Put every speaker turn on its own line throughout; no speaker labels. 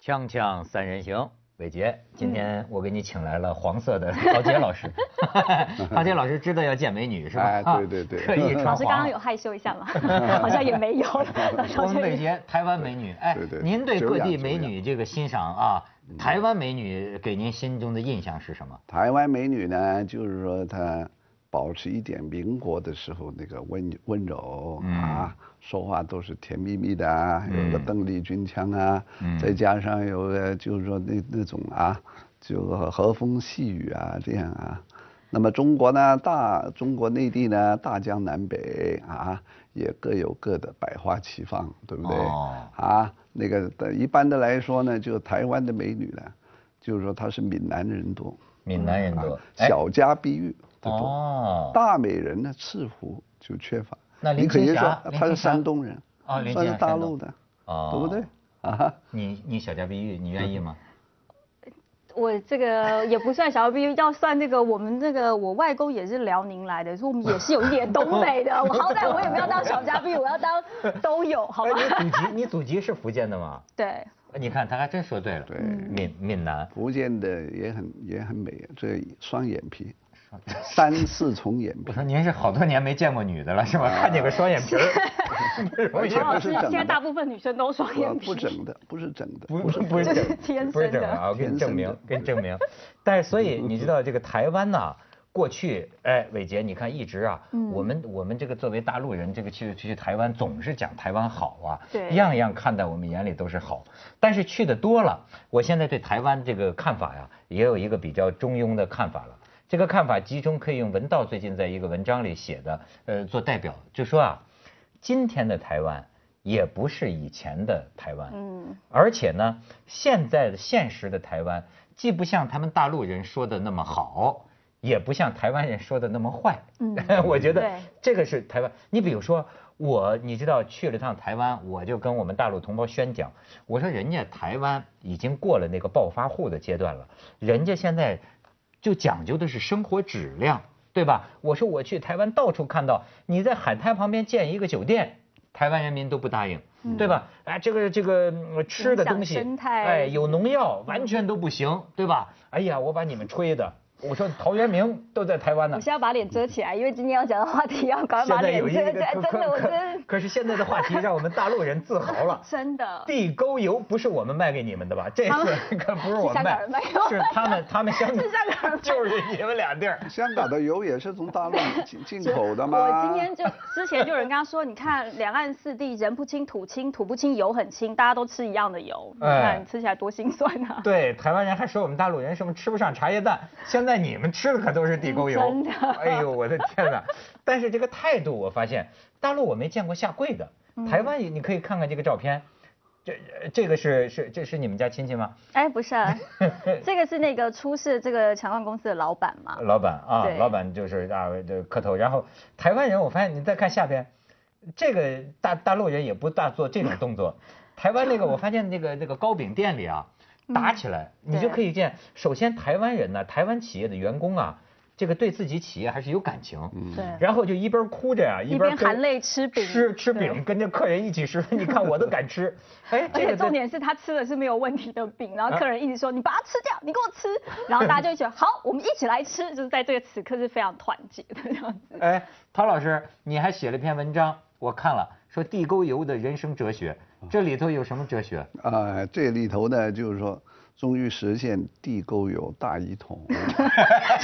锵锵三人行，伟杰，今
嗯
天我给你请来了黄色的陶杰老 师。陶杰老师知道要见美女是吧？
哎对对对
啊特意穿
老
黄。
师刚刚有害羞一下 吗？ 好像也没有了。
我们伟杰，台湾美女，哎
对对，
您对
久
各
仰
地
久
美
仰
女这个欣赏啊，
嗯
台湾美女给您心中的印象是什么？
台湾美女呢，就是说她保持一点民国的时候那个温温柔啊，说话都是甜蜜蜜的啊，有个
嗯
邓丽君腔啊，
嗯
再加上有个就是说那那种啊，就和风细雨啊这样啊。那么中国呢，大中国内地呢，大江南北啊，也各有各的百花齐放，对不对？
哦
啊，那个的一般的来说呢，就台湾的美女呢，就是说她是闽南人多，
闽南人多
啊，
哎
小家碧玉的多，
哦，
大美人呢赤狐就缺乏。
那林
你可以
青
说
霞林
她
青
是
霞
山东人，
哦林
算
青
是
霞
大
山东
陆的，
哦
对不对？啊，
你你小家碧玉，你愿意吗？
我这个也不算小逼，要算那个我们这个我外公也是辽宁来的，所以我们也是有一点东 北的。我好歹我也不要当小家碧，我要当都有，好
哎，
吗？
你祖籍你祖籍是福建的吗？
对，
你看他还真说对了，
对
闽闽南，
福建的也很也很美，这双眼皮，三四重眼
我
皮，
说您是好多年没见过女的了是
啊
吧？看见个双眼 皮儿，不 容易啊
这
王
不
老
是
师
整的
哦啊现在大部分女生都双眼皮
不。整的，不是整 的，
不是不是
这
整
是天
不是
生
整
的
啊！我给你
天
证
生
明
的，
给你证明。但是所以你知道这个台湾呐、过去哎，伟杰，你看一直啊，
嗯
我们我们这个作为大陆人，这个去去台湾总是讲台湾好啊，
对
样样看在我们眼里都是好。但是去的多了，我现在对台湾这个看法呀，也有一个比较中庸的看法了。这个看法集中可以用文道最近在一个文章里写的，呃，做代表，就说啊，今天的台湾也不是以前的台湾，
嗯，
而且呢，现在的现实的台湾，既不像他们大陆人说的那么好，也不像台湾人说的那么坏。
嗯
我 觉得
对
这个是台湾。你比如说我，你知道去了趟台湾，我就跟我们大陆同胞宣讲，我说人家台湾已经过了那个暴发户的阶段了，人家现在就讲究的是生活质量，对吧？我说我去台湾到处看到，你在海滩旁边建一个酒店，台湾人民都不答应。对吧？哎，这个这个嗯吃的
嗯影响
东西，
生态
哎，有农药，完全都不行，对吧？哎呀，我把你们吹的，我说陶渊明都在台湾呢
我。先要把脸遮起来，因为今天要讲的话题要赶快
现在
把啊脸
有一
遮
个
起来。
可
真的，我
可
真。
可是现在的话题让我们大陆人自豪了
真的。
地沟油不是我们卖给你们的吧？这
他们
次可不是我
是香
们
港
卖
人卖给我，
是他们他们香港
是香港人 卖
就是你们俩地儿。
香港的油也是从大陆进进
就
口的嘛。
我今天就之前就有人跟他说，你看两岸四地人不清土清，土不清油很清，大家都吃一样的油，
哎
你看你吃起来多心酸啊！
对，台湾人还说我们大陆人什么吃不上茶叶蛋，现在你们吃的可都是地沟油。
嗯真的
哎呦，我的天 哪！但是这个态度，我发现大陆我没见过下跪的，
嗯
台湾也你可以看看这个照片，这这个是是这是你们家亲戚吗？
哎，不是、啊，这个是那个出事这个强冠公司的老板嘛？
老板啊，
对
老板就是啊这磕头，然后台湾人我发现你再看下边，这个大大陆人也不大做这种动作，台湾那个我发现那个那个糕饼店里啊打起来，你就
嗯对
可以见，首先台湾人呢、台湾企业的员工啊，这个对自己企业还是有感情，
嗯
对，
然后就一边哭着呀、
嗯一
边
边
跟
含泪吃饼，
吃吃
对
饼，。跟着客人一起吃， 你看我都敢吃，哎，
而
这
且
个
重
在
点是他吃的是没有问题的饼，然后
啊
客人一直说你把它吃掉，你给我吃，然后大家就一起好，我们一起来吃，就是在这个此刻是非常团结的这样子。
哎，陶老师，你还写了篇文章，我看了，说地沟油的人生哲学，这里头有什么哲学？
啊、这里头呢，就是说，终于实现地沟油大一统。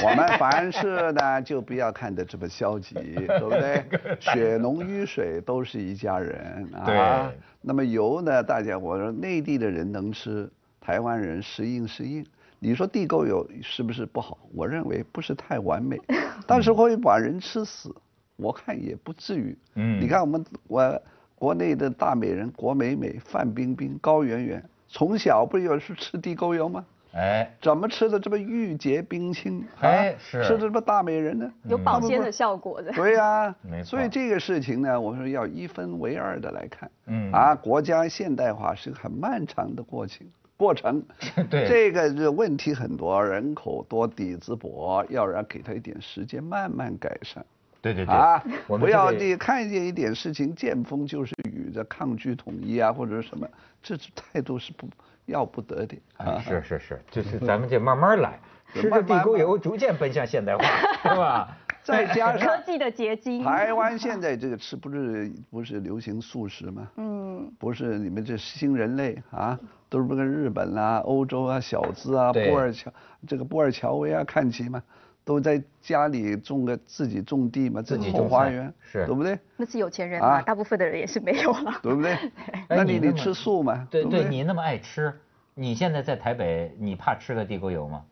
我们凡事呢，就不要看得这么消极，对不对？血浓于水，都是一家人啊
对。
那么油呢，大家我说内地的人能吃，台湾人适应适应。你说地沟油是不是不好？我认为不是太完美，但是会把人吃死，我看也不至于。
嗯
你看我们我国内的大美人郭美美、范冰冰、高圆圆，从小不也是吃地沟油吗？
哎，
怎么吃的这么玉洁冰清？啊
哎是
吃的这么大美人呢？
嗯
有保鲜的效果的。
对呀、
没错
所以这个事情呢，我们说要一分为二的来看。
嗯，
啊，国家现代化是个很漫长的过程。过程
对
这个是问题很多，人口多，底子薄，要让给他一点时间慢慢改善。
对对对，
啊，
我们
不要
这个
你看见一点事情见风就是雨，这抗拒统一啊或者是什么，这种态度是不要不得的啊
哎是是是，就是咱们这慢慢 来，吃
是
着
慢慢
地沟
来
油逐渐奔向现 代化，是吧？
再
嗯
加
科
上
技的结晶。
台湾现在这个吃不是不是流行素食吗？
嗯，
不是你们这新人类啊，都是不跟日本啦、欧洲啊、小资啊、
对
波尔乔这个波尔乔维啊看齐嘛，都在家里种个自己种地嘛，
自己
种
种
花
菜
园，
是
对不对？
那是有钱人嘛，
啊
大部分的人也是没有啊了。
对不对？
哎
那
你
你
那
得
么
吃素嘛，
对
不
对，你那么爱吃，你现在在台北，你怕吃了地沟油吗？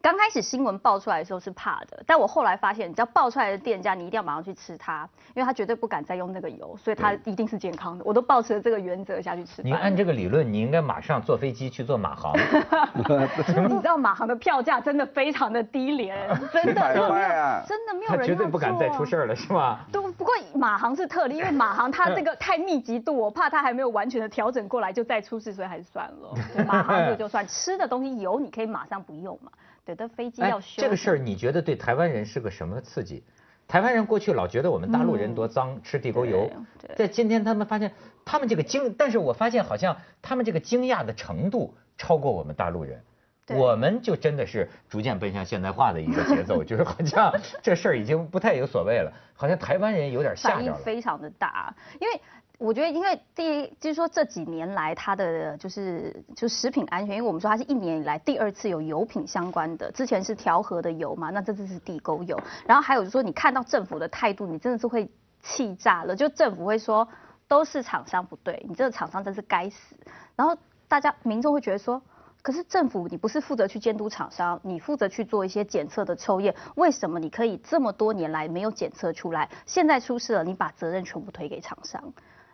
刚开始新闻爆出来的时候是怕的，但我后来发现，你只要爆出来的店家，你一定要马上去吃它，因为它绝对不敢再用那个油，所以它一定是健康的。我都抱持了这个原则下去吃
你
饭。
按这个理论，你应该马上坐飞机去做马航。
你知道马航的票价真的非常的低 廉，真
几
的
百
没有
块啊
真的没有
他
人
绝对
要
不敢
做
再
啊
出事儿了，是吧？
对，不过马航是特例，因为马 航它这个太密集度，我怕它还没有完全的调整过来就再出事，所以还是算 了。对马航这个就算吃的东西油你可以马上不用嘛，对，但飞机要修。
哎这个事儿你觉得对台湾人是个什么刺激？台湾人过去老觉得我们大陆人多脏，吃地沟油
嗯对。对
在今天他们发现，他们这个惊，但是我发现好像他们这个惊讶的程度超过我们大陆人。
对
我们就真的是逐渐奔向现代化的一个节 奏，就是好像这事儿已经不太有所谓了，好像台湾人有点吓
反
着
应
了。
非常的大，因为我觉得，因为第一就是说这几年来它的就是就食品安全，因为我们说它是一年以来第二次有油品相关的，之前是调和的油嘛，那这次是地沟油，然后还有就是说你看到政府的态度，你真的是会气炸了，就政府会说都是厂商不对，你这个厂商真是该死，然后大家民众会觉得说。可是政府，你不是负责去监督厂商，你负责去做一些检测的抽验，为什么你可以这么多年来没有检测出来？现在出事了，你把责任全部推给厂商。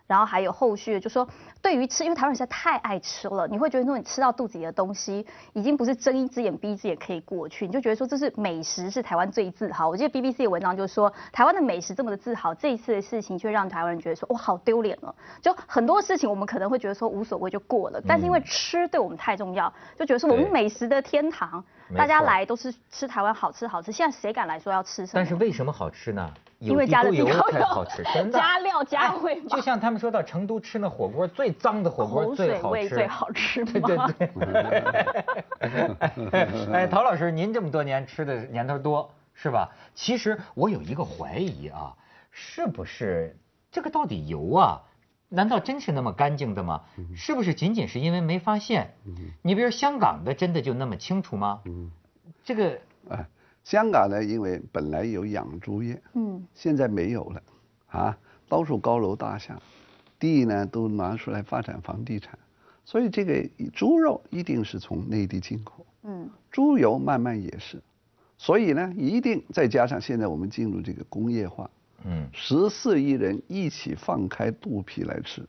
然后还有后续，就说对于吃，因为台湾人实在太爱吃了，你会觉得说你吃到肚子里的东西，已经不是睁一只眼闭一只眼可以过去，你就觉得说这是美食是台湾最自豪。我记得 BBC 的文章就说，台湾的美食这么的自豪，这一次的事情却让台湾人觉得说，哇，好丢脸哦。就很多事情我们可能会觉得说无所谓就过了，但是因为吃对我们太重要，就觉得说我们
嗯对
美食的天堂
没，
大家
错
来都是吃台湾好吃好吃，现在谁敢来说要吃什么？
但是为什么好吃呢？
因
有
为
地
加了
沟
地沟油
才好吃，真的。
加料加味嘛
就像他们说到成都吃那火锅，最脏的火锅
口水
最好
味
吃，
最好吃嘛。
对对 对。哎，陶老师，您这么多年吃的年头多是吧？其实我有一个怀疑啊，是不是这个到底油啊？难道真是那么干净的吗？
嗯
是不是仅仅是因为没发现？你比如香港的真的就那么清楚吗？
嗯
这个
啊，香港呢，因为本来有养猪业，
嗯，
现在没有了，啊，到处高楼大厦，地呢都拿出来发展房地产，所以这个猪肉一定是从内地进口，
嗯，
猪油慢慢也是，所以呢，一定再加上现在我们进入这个工业化，
嗯，
十四亿人一起放开肚皮来吃，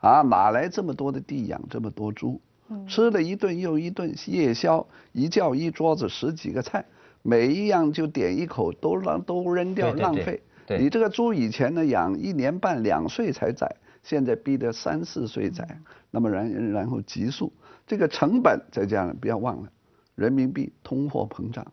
啊，哪来这么多的地养这么多猪？
嗯
吃了一顿又一顿，夜宵一叫一桌子十几个菜，每一样就点一口，都让都扔掉
对对对
浪费。
对
你这个猪以前呢养一年半两岁才宰，现在逼得三四岁宰，
嗯
那么然然后急速，这个成本再加上不要忘了，人民币通货膨胀，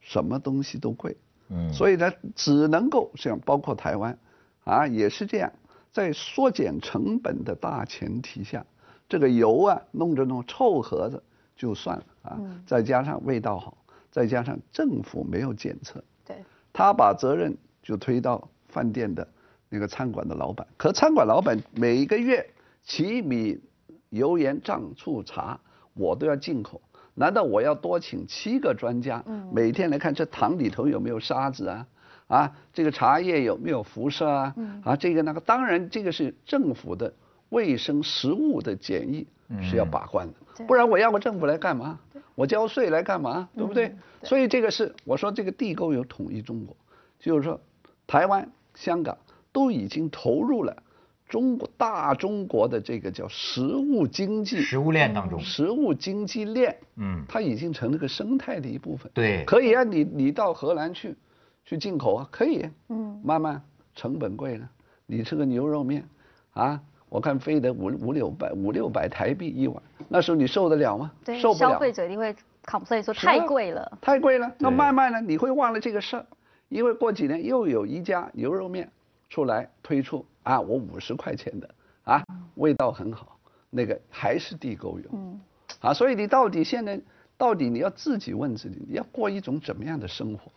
什么东西都贵。
嗯
所以呢，只能够像包括台湾，啊，也是这样，在缩减成本的大前提下，这个油啊弄着弄臭盒子就算了啊，再加上味道好，再加上政府没有检测，
对，
他把责任就推到饭店的那个餐馆的老板，可餐馆老板每个月起米、油盐酱醋茶我都要进口，难道我要多请七个专家，每天来看这糖里头有没有沙子啊？啊，这个茶叶有没有辐射啊？啊，这个那个，当然这个是政府的卫生食物的检疫是要把关的，
对
不然我要个政府来干嘛？我交税来干嘛？
嗯
对不对？所以这个是我说这个地沟油统一中国，就是说台湾、香港都已经投入了中国大中国的这个叫食物经济、
食物链当中，
食物经济链，
嗯，
它已经成了个生态的一部分。
对，
可以啊，你你到荷兰去，去进口啊，可以。
嗯，
慢慢成本贵了，你吃个牛肉面，啊，我看非得五五六百五六百台币一碗，那时候你受得了吗？
对，
受不了。
消费者一定会 complain 说
是啊
太贵了。
太贵了。那
对
慢慢呢，你会忘了这个事儿，因为过几年又有一家牛肉面出来推出啊，我五十块钱的啊，味道很好。那个还是地沟油。
嗯，
啊，所以你到底现在到底你要自己问自己，你要过一种怎么样的生活？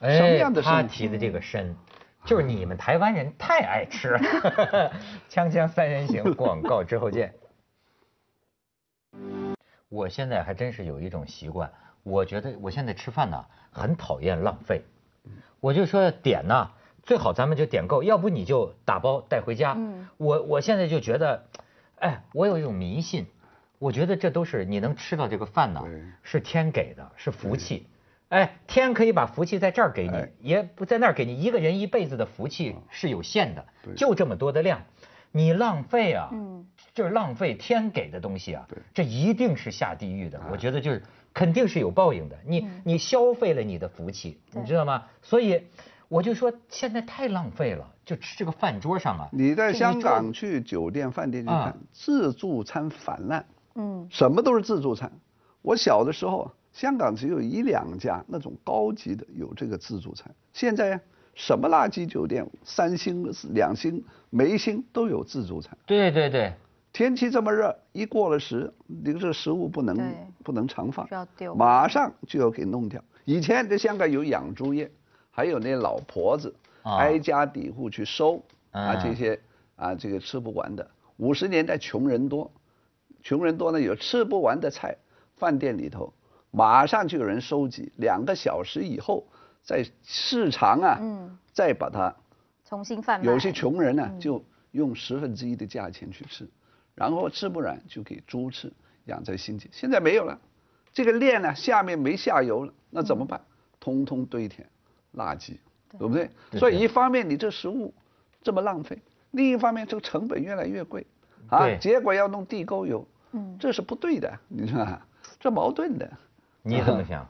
哎，
什么样的生
他
活？
提的这个参，就是你们台湾人太爱吃了。 锵锵三人行，广告之后见。我现在还真是有一种习惯，我觉得我现在吃饭呢很讨厌浪费，我就说点呐、最好咱们就点够，要不你就打包带回家。
嗯
我我现在就觉得，哎，我有一种迷信，我觉得这都是你能吃到这个饭呢
对，
是天给的，是福气。哎，天可以把福气在这儿给你，
哎嗯
也不在那儿给你。一个人一辈子的福气是有限的，
对
就这么多的量，你浪费啊，
嗯
就是浪费天给的东西啊
对，
这一定是下地狱的。
啊
我觉得就是肯定是有报应的，你
嗯
你消费了你的福气，
对
你知道吗？所以我就说现在太浪费了，就吃这个饭桌上啊，
你在
这一
香
桌
港去酒店饭店去
啊
看，自助餐泛滥，
嗯
什么都是自助餐。我小的时候啊，香港只有一两家那种高级的有这个自助餐，现在、啊、什么垃圾酒店，三星、两星、梅星都有自助餐。
对对对，
天气这么热，一过了时，你这食物不能
对
不能常放
需要丢，
马上就要给弄掉。以前在香港有养猪业，还有那老婆子、
啊
挨家抵户去收啊
嗯
这些啊这个吃不完的。五十年代穷人多，穷人多呢有吃不完的菜，饭店里头马上就有人收集，两个小时以后在市场啊、
嗯，
再把它
重新贩卖，
有些穷人呢、
嗯
就用十分之一的价钱去吃，然后吃不完就给猪吃，养在心结。现在没有了，这个链呢、下面没下游了，那怎么办？
嗯
通通堆填垃圾，对不对？
对
所以一方面你这食物这么浪费，另一方面这个成本越来越贵，啊
对，
结果要弄地沟油，
嗯，
这是不对的，你知道吧？这矛盾的。
你怎么想？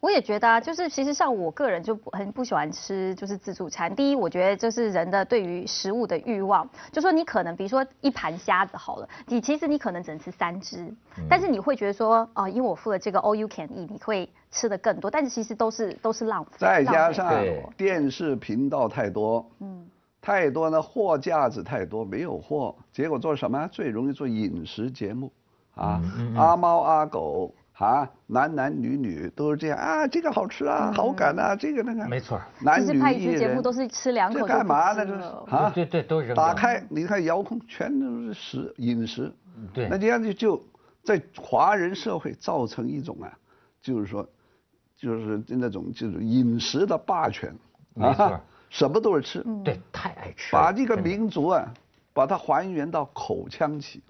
我也觉得啊，就是其实像我个人就不很不喜欢吃就是自助餐。第一，我觉得就是人的对于食物的欲望，就说你可能比如说一盘虾子好了，你其实你可能只能吃三只，
嗯
但是你会觉得说啊、因为我付了这个 all you can eat，你会吃的更多，但是其实都是都是浪费。
再加
浪费
上
对
电视频道太多，
嗯，
太多呢，货架子太多，没有货，结果做什么？最容易做饮食节目，啊，
嗯嗯嗯
阿猫阿狗啊，男男女女都是这样啊，这个好吃啊，好感啊，这 个那个，
没错儿，
男
嗯其
女
实拍
艺
一次节
人
目都是吃两口
这
就
干
不
嘛
吃
呢？这是
了
啊，
对对对都扔
打
掉
开，你看遥控全都是食饮食，
对
那这样就就在华人社会造成一种啊，就是说，就是那种就是饮食的霸权，
没错
啊，什么都是吃，
对，太爱吃了。
把这个
真的
民族啊，把它还原到口腔起，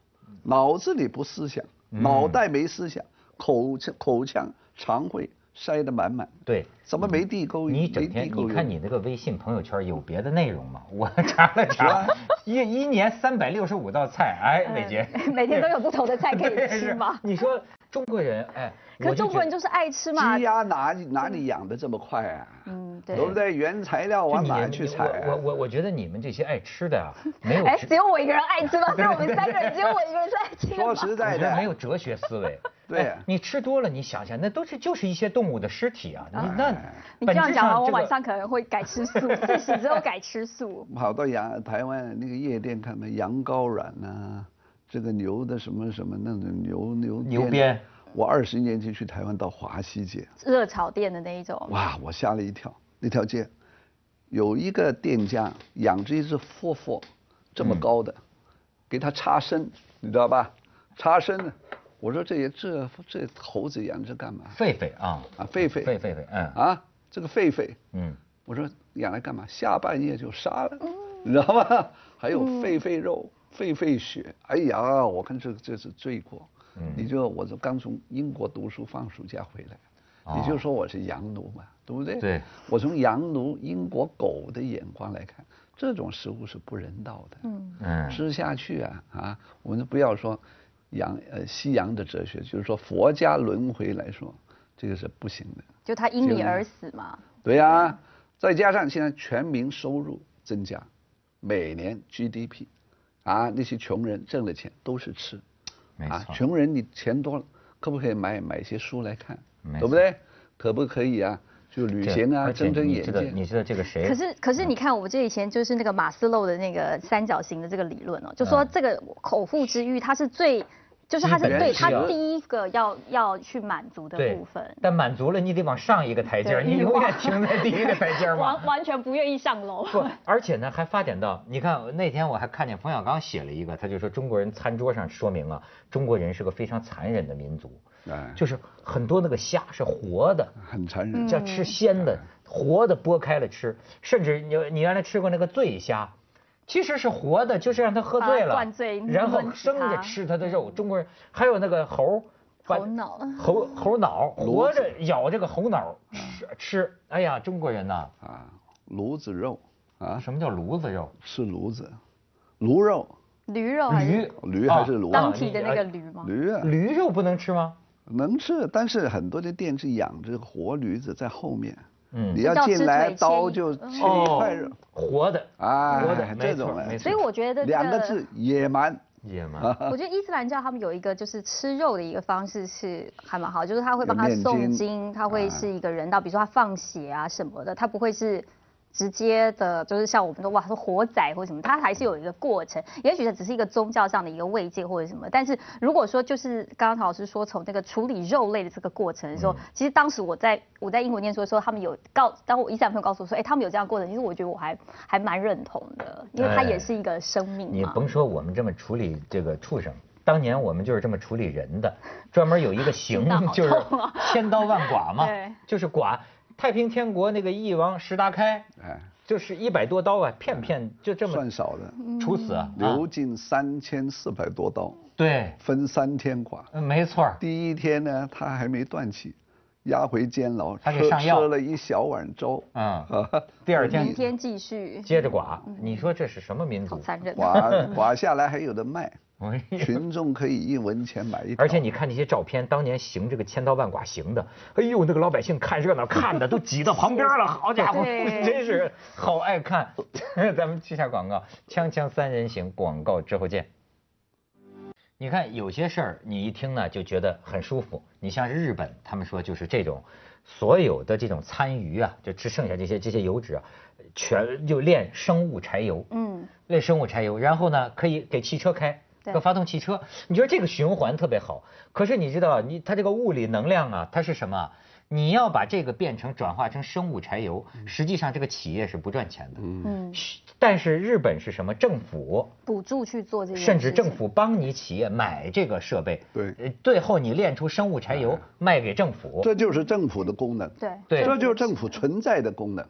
脑子里不思想，
嗯
脑袋没思想，口腔口腔肠胃塞得满满，
对，
怎么没地沟油？
你整
没
天
地
嗯
沟
你
油？
看你那个微信朋友圈有别的内容吗？我查了查，一一年三百六十五道菜，哎，
美
伟杰，
嗯 每天都有不同的菜可以
对
吃
是
吗？
你说中国人，哎，
可
我就
中国人
觉
就是爱吃嘛
鸡。鸭哪里哪里养的这么快啊？
嗯，对
对。不对？原材料
得
往
你
哪
们
去
你
采
我
啊
我？我我觉得你们这些爱吃的啊，没有
哎，
哲
只有我一个人爱 吃吗？是我们三个人，只有我一个人是爱吃的
说
吗？
实
我
在
觉得没
的，
有哲学思维。
对
哎你吃多了，你想想，那都是就是一些动物的尸体啊。
哎
你那
你这
本
样
质
讲
上
完，我
这个
晚上可能会改吃素，自食之后改吃素。
跑到羊台湾那个夜店看到羊羔软呐、这个牛的什么什么那种牛牛
牛
鞭
鞭，
我二十年前去台湾到华西街，
热炒店的那一种，
哇，我吓了一跳。那条街有一个店家养着一只狒狒，这么高的，给它插身，你知道吧？插身呢，我说这也这这猴子养着干嘛？
狒狒啊，
啊，狒狒，
狒狒狒，嗯
啊，这个狒狒，
嗯，
我说养来干嘛？下半夜就杀了， 你知道吗？ 还有狒狒肉、狒狒血，哎呀，我看这这是罪过。
嗯
你就我这刚从英国读书放暑假回来，你就说我是洋奴嘛，对不对？
哦对，
我从洋奴、英国狗的眼光来看，这种食物是不人道的。
嗯
嗯
吃下去啊啊！我们不要说洋呃西洋的哲学，就是说佛家轮回来说，这个是不行的。
就他因你而死嘛。
对呀、再加上现在全民收入增加，每年 GDP，啊，那些穷人挣的钱都是吃，
没
啊，
错
穷人你钱多了，可不可以买买些书来看
没，
对不对？可不可以啊？就铝
这
钱啊，
而且
蒸蒸
你
眼
知道
睛。
你知道这个谁？
可是可是
嗯
你看，我这以前就是那个马斯洛的那个三角形的这个理论
嗯
哦，就说这个口腹之欲，它是最，就是它是
基本
对
需
它
要
第一个要要去满足的
对
部分，
但满足了，你得往上一个台阶儿，
对
你
欲
永远
望
停在第一个台阶儿 嘛。
完完全不愿意上楼。
不，而且呢，还发展到，你看那天我还看见冯小刚写了一个，他就说中国人餐桌上说明啊，中国人是个非常残忍的民族，
哎，
就是很多那个虾是活的，
很残
嗯
忍。
叫吃鲜的，活的剥开了吃，甚至你你原来吃过那个醉虾，其实是活的，就是让它喝
把
醉
它
了，
啊灌嗯醉
然后
弄死
生着
它
吃它的肉。中国人还有那个猴，把
猴脑
猴猴脑活着咬这个猴脑吃吃，哎呀，中国人呐、
啊，炉子肉啊，
什么叫炉子肉？
是炉子，卤肉，
驴肉还是
驴
驴还是
啊
卤
当
啊
体
你
的那
哎
个驴吗？
驴啊，
驴肉不能吃吗？
能吃，但是很多的店是养这个活驴子在后面，
嗯
你要
叫
进
吃
来
腿
刀
切一
就
嗯
切一块肉，
活的，
啊
活的，，没
这
错
种
没
嘞，
所以
错，
我觉得这
两个字野蛮。
野蛮。
啊
我觉得伊斯兰教他们有一个就是吃肉的一个方式是还蛮好，就是他会帮他
有念
诵
经
经，他会
啊
是一个人道，比如说他放血啊什么的，他不会是直接的，就是像我们说哇说活宰或什么，他还是有一个过程。也许它只是一个宗教上的一个慰藉或者什么，但是如果说就是刚刚陶老师说从那个处理肉类的这个过程的
嗯
时候，其实当时我在我在英国念书的时候，他们有告，当我伊斯兰朋友告诉我说，哎，他们有这样的过程，其实我觉得我还还蛮认同的，因为它
哎
也是一个生命嘛。
你甭说我们这么处理这个畜生，当年我们就是这么处理人的，专门有一 个刑
心脏，好
就是
痛啊
千刀万剐嘛
对，
就是剐。太平天国那个义王石达开，
哎，
就是一百多刀啊，片片就这么
算少的，
处死啊。
流进三千四百多刀，
对，
分三天剐。
嗯没错儿，
第一天呢，他还没断气，押回监牢，
他给
喝
上药
喝了一小碗 粥，
嗯，
啊
第二
明
天
天继续。
接着剐。你说这是什么民
嗯好
族？
残忍。
剐剐下来还有 的卖，
哎呦
群众可以一文钱买一条。
而且你看那些照片，当年行这个千刀万剐刑的，哎呦，那个老百姓看热闹看 的都挤到旁边了，好家伙，
对
真是好爱看。 咱们去下广告，《锵锵三人行》广告之后见。你看有些事儿，你一听呢就觉得很舒服。你像是日本，他们说就是这种，所有的这种餐鱼啊，就吃剩下这些这些油脂啊，全就炼生物柴油。
嗯，
为生物柴油，然后呢可以给汽车开，
对
可发动汽车。你觉得这个循环特别好，可是你知道啊你它这个物理能量啊，它是什么啊？你要把这个变成转化成生物柴油，实际上这个企业是不赚钱的。
嗯，
是但是日本是什么？政府
补助去做这件事情，
甚至政府帮你企业买这个设备，
对
呃，最后你炼出生物柴油卖给政府。
这就是政府的功能，
对
对
这就是政府存在的功能，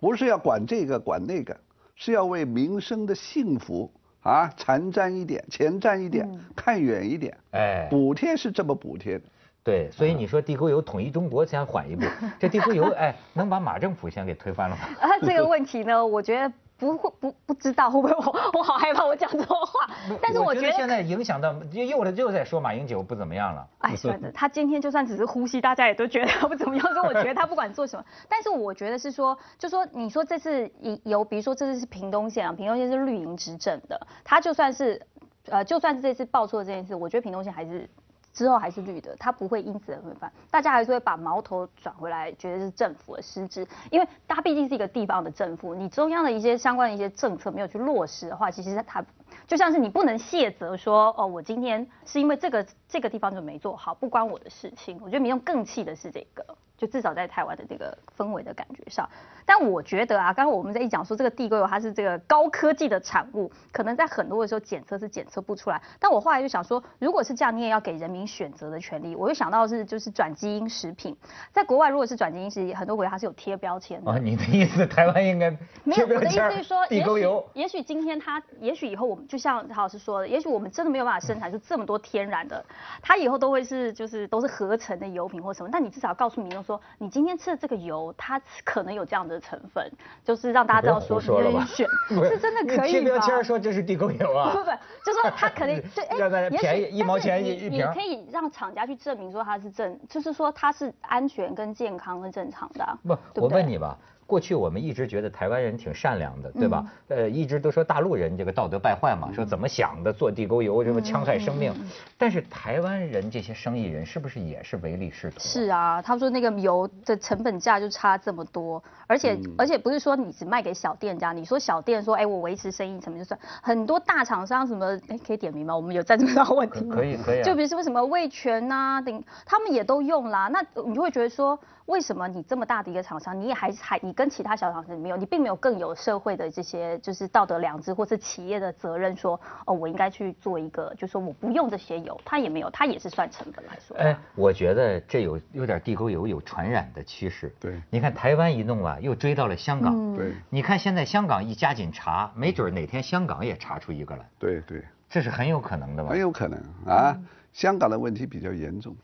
不是要管这个管那个，是要为民生的幸福啊前瞻一点，前瞻一
嗯
点，看远一点。
哎，
补贴是这么补贴的，
对，所以你说地沟油统一中国先缓一步，这地沟油哎能把马政府先给推翻了吗？
啊，这个问题呢，我觉得不会不不知道会不会我我好害怕我讲错话，但是
我
我觉
现
得。
在影响到又又在又在说马英九不怎么样了，
哎，算了，他今天就算只是呼吸，大家也都觉得他不怎么样。所以我觉得他不管做什么，但是我觉得是说，就说你说这次以由，比如说这次是屏东县啊，屏东县是绿营执政的，他就算是，呃，就算是这次报错这件事，我觉得屏东县还是之后还是绿的，他不会因此而反，大家还是会把矛头转回来，觉得是政府的失职，因为它毕竟是一个地方的政府，你中央的一些相关的一些政策没有去落实的话，其实它就像是你不能卸责说，哦，我今天是因为这个这个地方就没做好，不关我的事情。我觉得民众更气的是这个，就至少在台湾的这个氛围的感觉上。但我觉得啊，刚刚我们在一讲说这个地沟油它是这个高科技的产物，可能在很多的时候检测是检测不出来。但我后来就想说，如果是这样，你也要给人民选择的权利。我又想到的是就是转基因食品，在国外如果是转基因食品，很多国家它是有贴标签的。
啊，你的意思台湾应该
没有，
贴
我
标
的意
签
思
儿
是说，
地
也
沟
许
油，
也许今天它，也许以后我们就像曹老师说的，也许我们真的没有办法生产出这么多天然的，它以后都会是就是都是合成的油品或什么。但你至少告诉民众说，你今天吃的这个油，它可能有这样的成分，就是让大家知道说
你不要胡说
你
了
愿
吧，
意选
不
是真的可以
贴标
吧
签儿说这是地沟油啊
不，不，就说他可 能对，哎，
让大家
也许
便宜一
但
毛
是
钱
你
一一
你
瓶儿
可以让厂家去证明说它是正，就是说它是安全跟健康跟正常的啊、
不，
对
我
对
问你吧。过去我们一直觉得台湾人挺善良的，对吧？
嗯
呃，一
嗯
直都说大陆人这个道德败坏嘛，说怎么想的做地沟油，什么戕害生命。但是台台湾人这些生意人是不是也是唯利是图？
是啊，他说那个油的成本价就差这么多，而且、
嗯
而且不是说你只卖给小店家，你说小店说，哎，我维持生意成本就算，很多大厂商什么，哎，可以点名吗？我们有赞助到问题
可
吗？
可以可以啊。
就比如说什么味全呐、顶，他们也都用啦。那你就会觉得说，为什么你这么大的一个厂商，你也还还你跟其他小厂商没有，你并没有更有社会的这些就是道德良知或是企业的责任说，哦，我应该去做一个，就说我不用这些油，它也没有，它也是算成本来说。
哎，我觉得这有有点地沟油有传染的趋势。
对
你看台湾一弄啊，又追到了香港。
嗯
对
你看现在香港一加紧查，没准儿哪天香港也查出一个来，
对对，
这是很有可能的吧
很？有可能啊。
嗯
香港的问题比较严 重，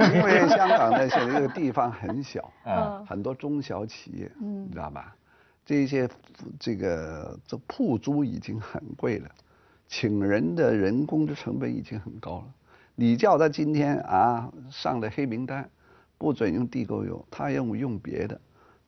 因为香港呢现在这个地方很小，
嗯
很多中小企业，
嗯
你知道吧？这些这个这铺租已经很贵了，请人的人工的成本已经很高了。你叫他今天啊上了黑名单，不准用地沟油，他要用别的，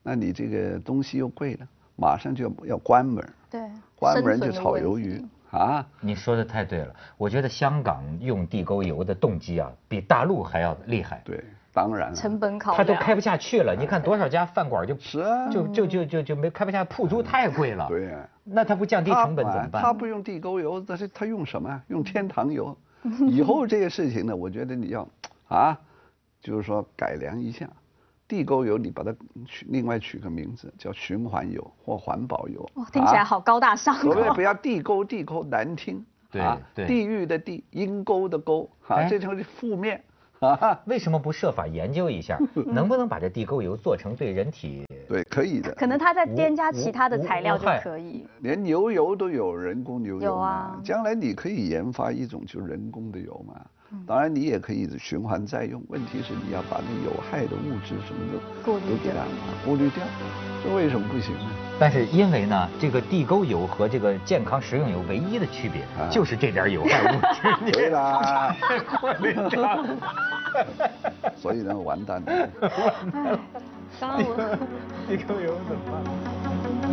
那你这个东西又贵了，马上就要要关门，
对，
关
生
门
存
就
的
炒
问
鱿
题
鱼啊。
你说的太对了，我觉得香港用地沟油的动机啊，比大陆还要厉害。
对，当然了
成本考
他
量。
都开不下去了，你看多少家饭馆就是
啊
就就就就就没开不下，铺租太贵了。
对呀
那他不降低
他
成本怎么办？
他不用地沟油，但是他用什么呀？用天堂油。以后这个事情呢，我觉得你要啊，就是说改良一下，地沟油你把它取另外取个名字叫循环油或环保油。
哇，听起来
啊
好高大上
所谓
哦。
不要地沟，地沟难听。
对
啊
对
地狱的地，阴沟的沟，啊，
哎
这就是负面。啊，
为什么不设法研究 一下，能不能把这地沟油做成对人体
对，可以的。
可能他再
无
添加其
无
他的
无
材
无
料就
害
可以。
连牛油都有人工牛油
有
嘛
啊
将来你可以研发一种就是人工的油嘛。
嗯
当然，你也可以循环再用。问题是你要把那有害的物质什么的
过滤
都给
掉
它过滤掉，这为什么不行呢？
但是因为呢，这个地沟油和这个健康食用油唯一的区别
啊
就是这点哎有害物质。你
对 啦，
过滤掉
所以呢，完蛋了。
刚刚我。
地沟油怎么办？
嗯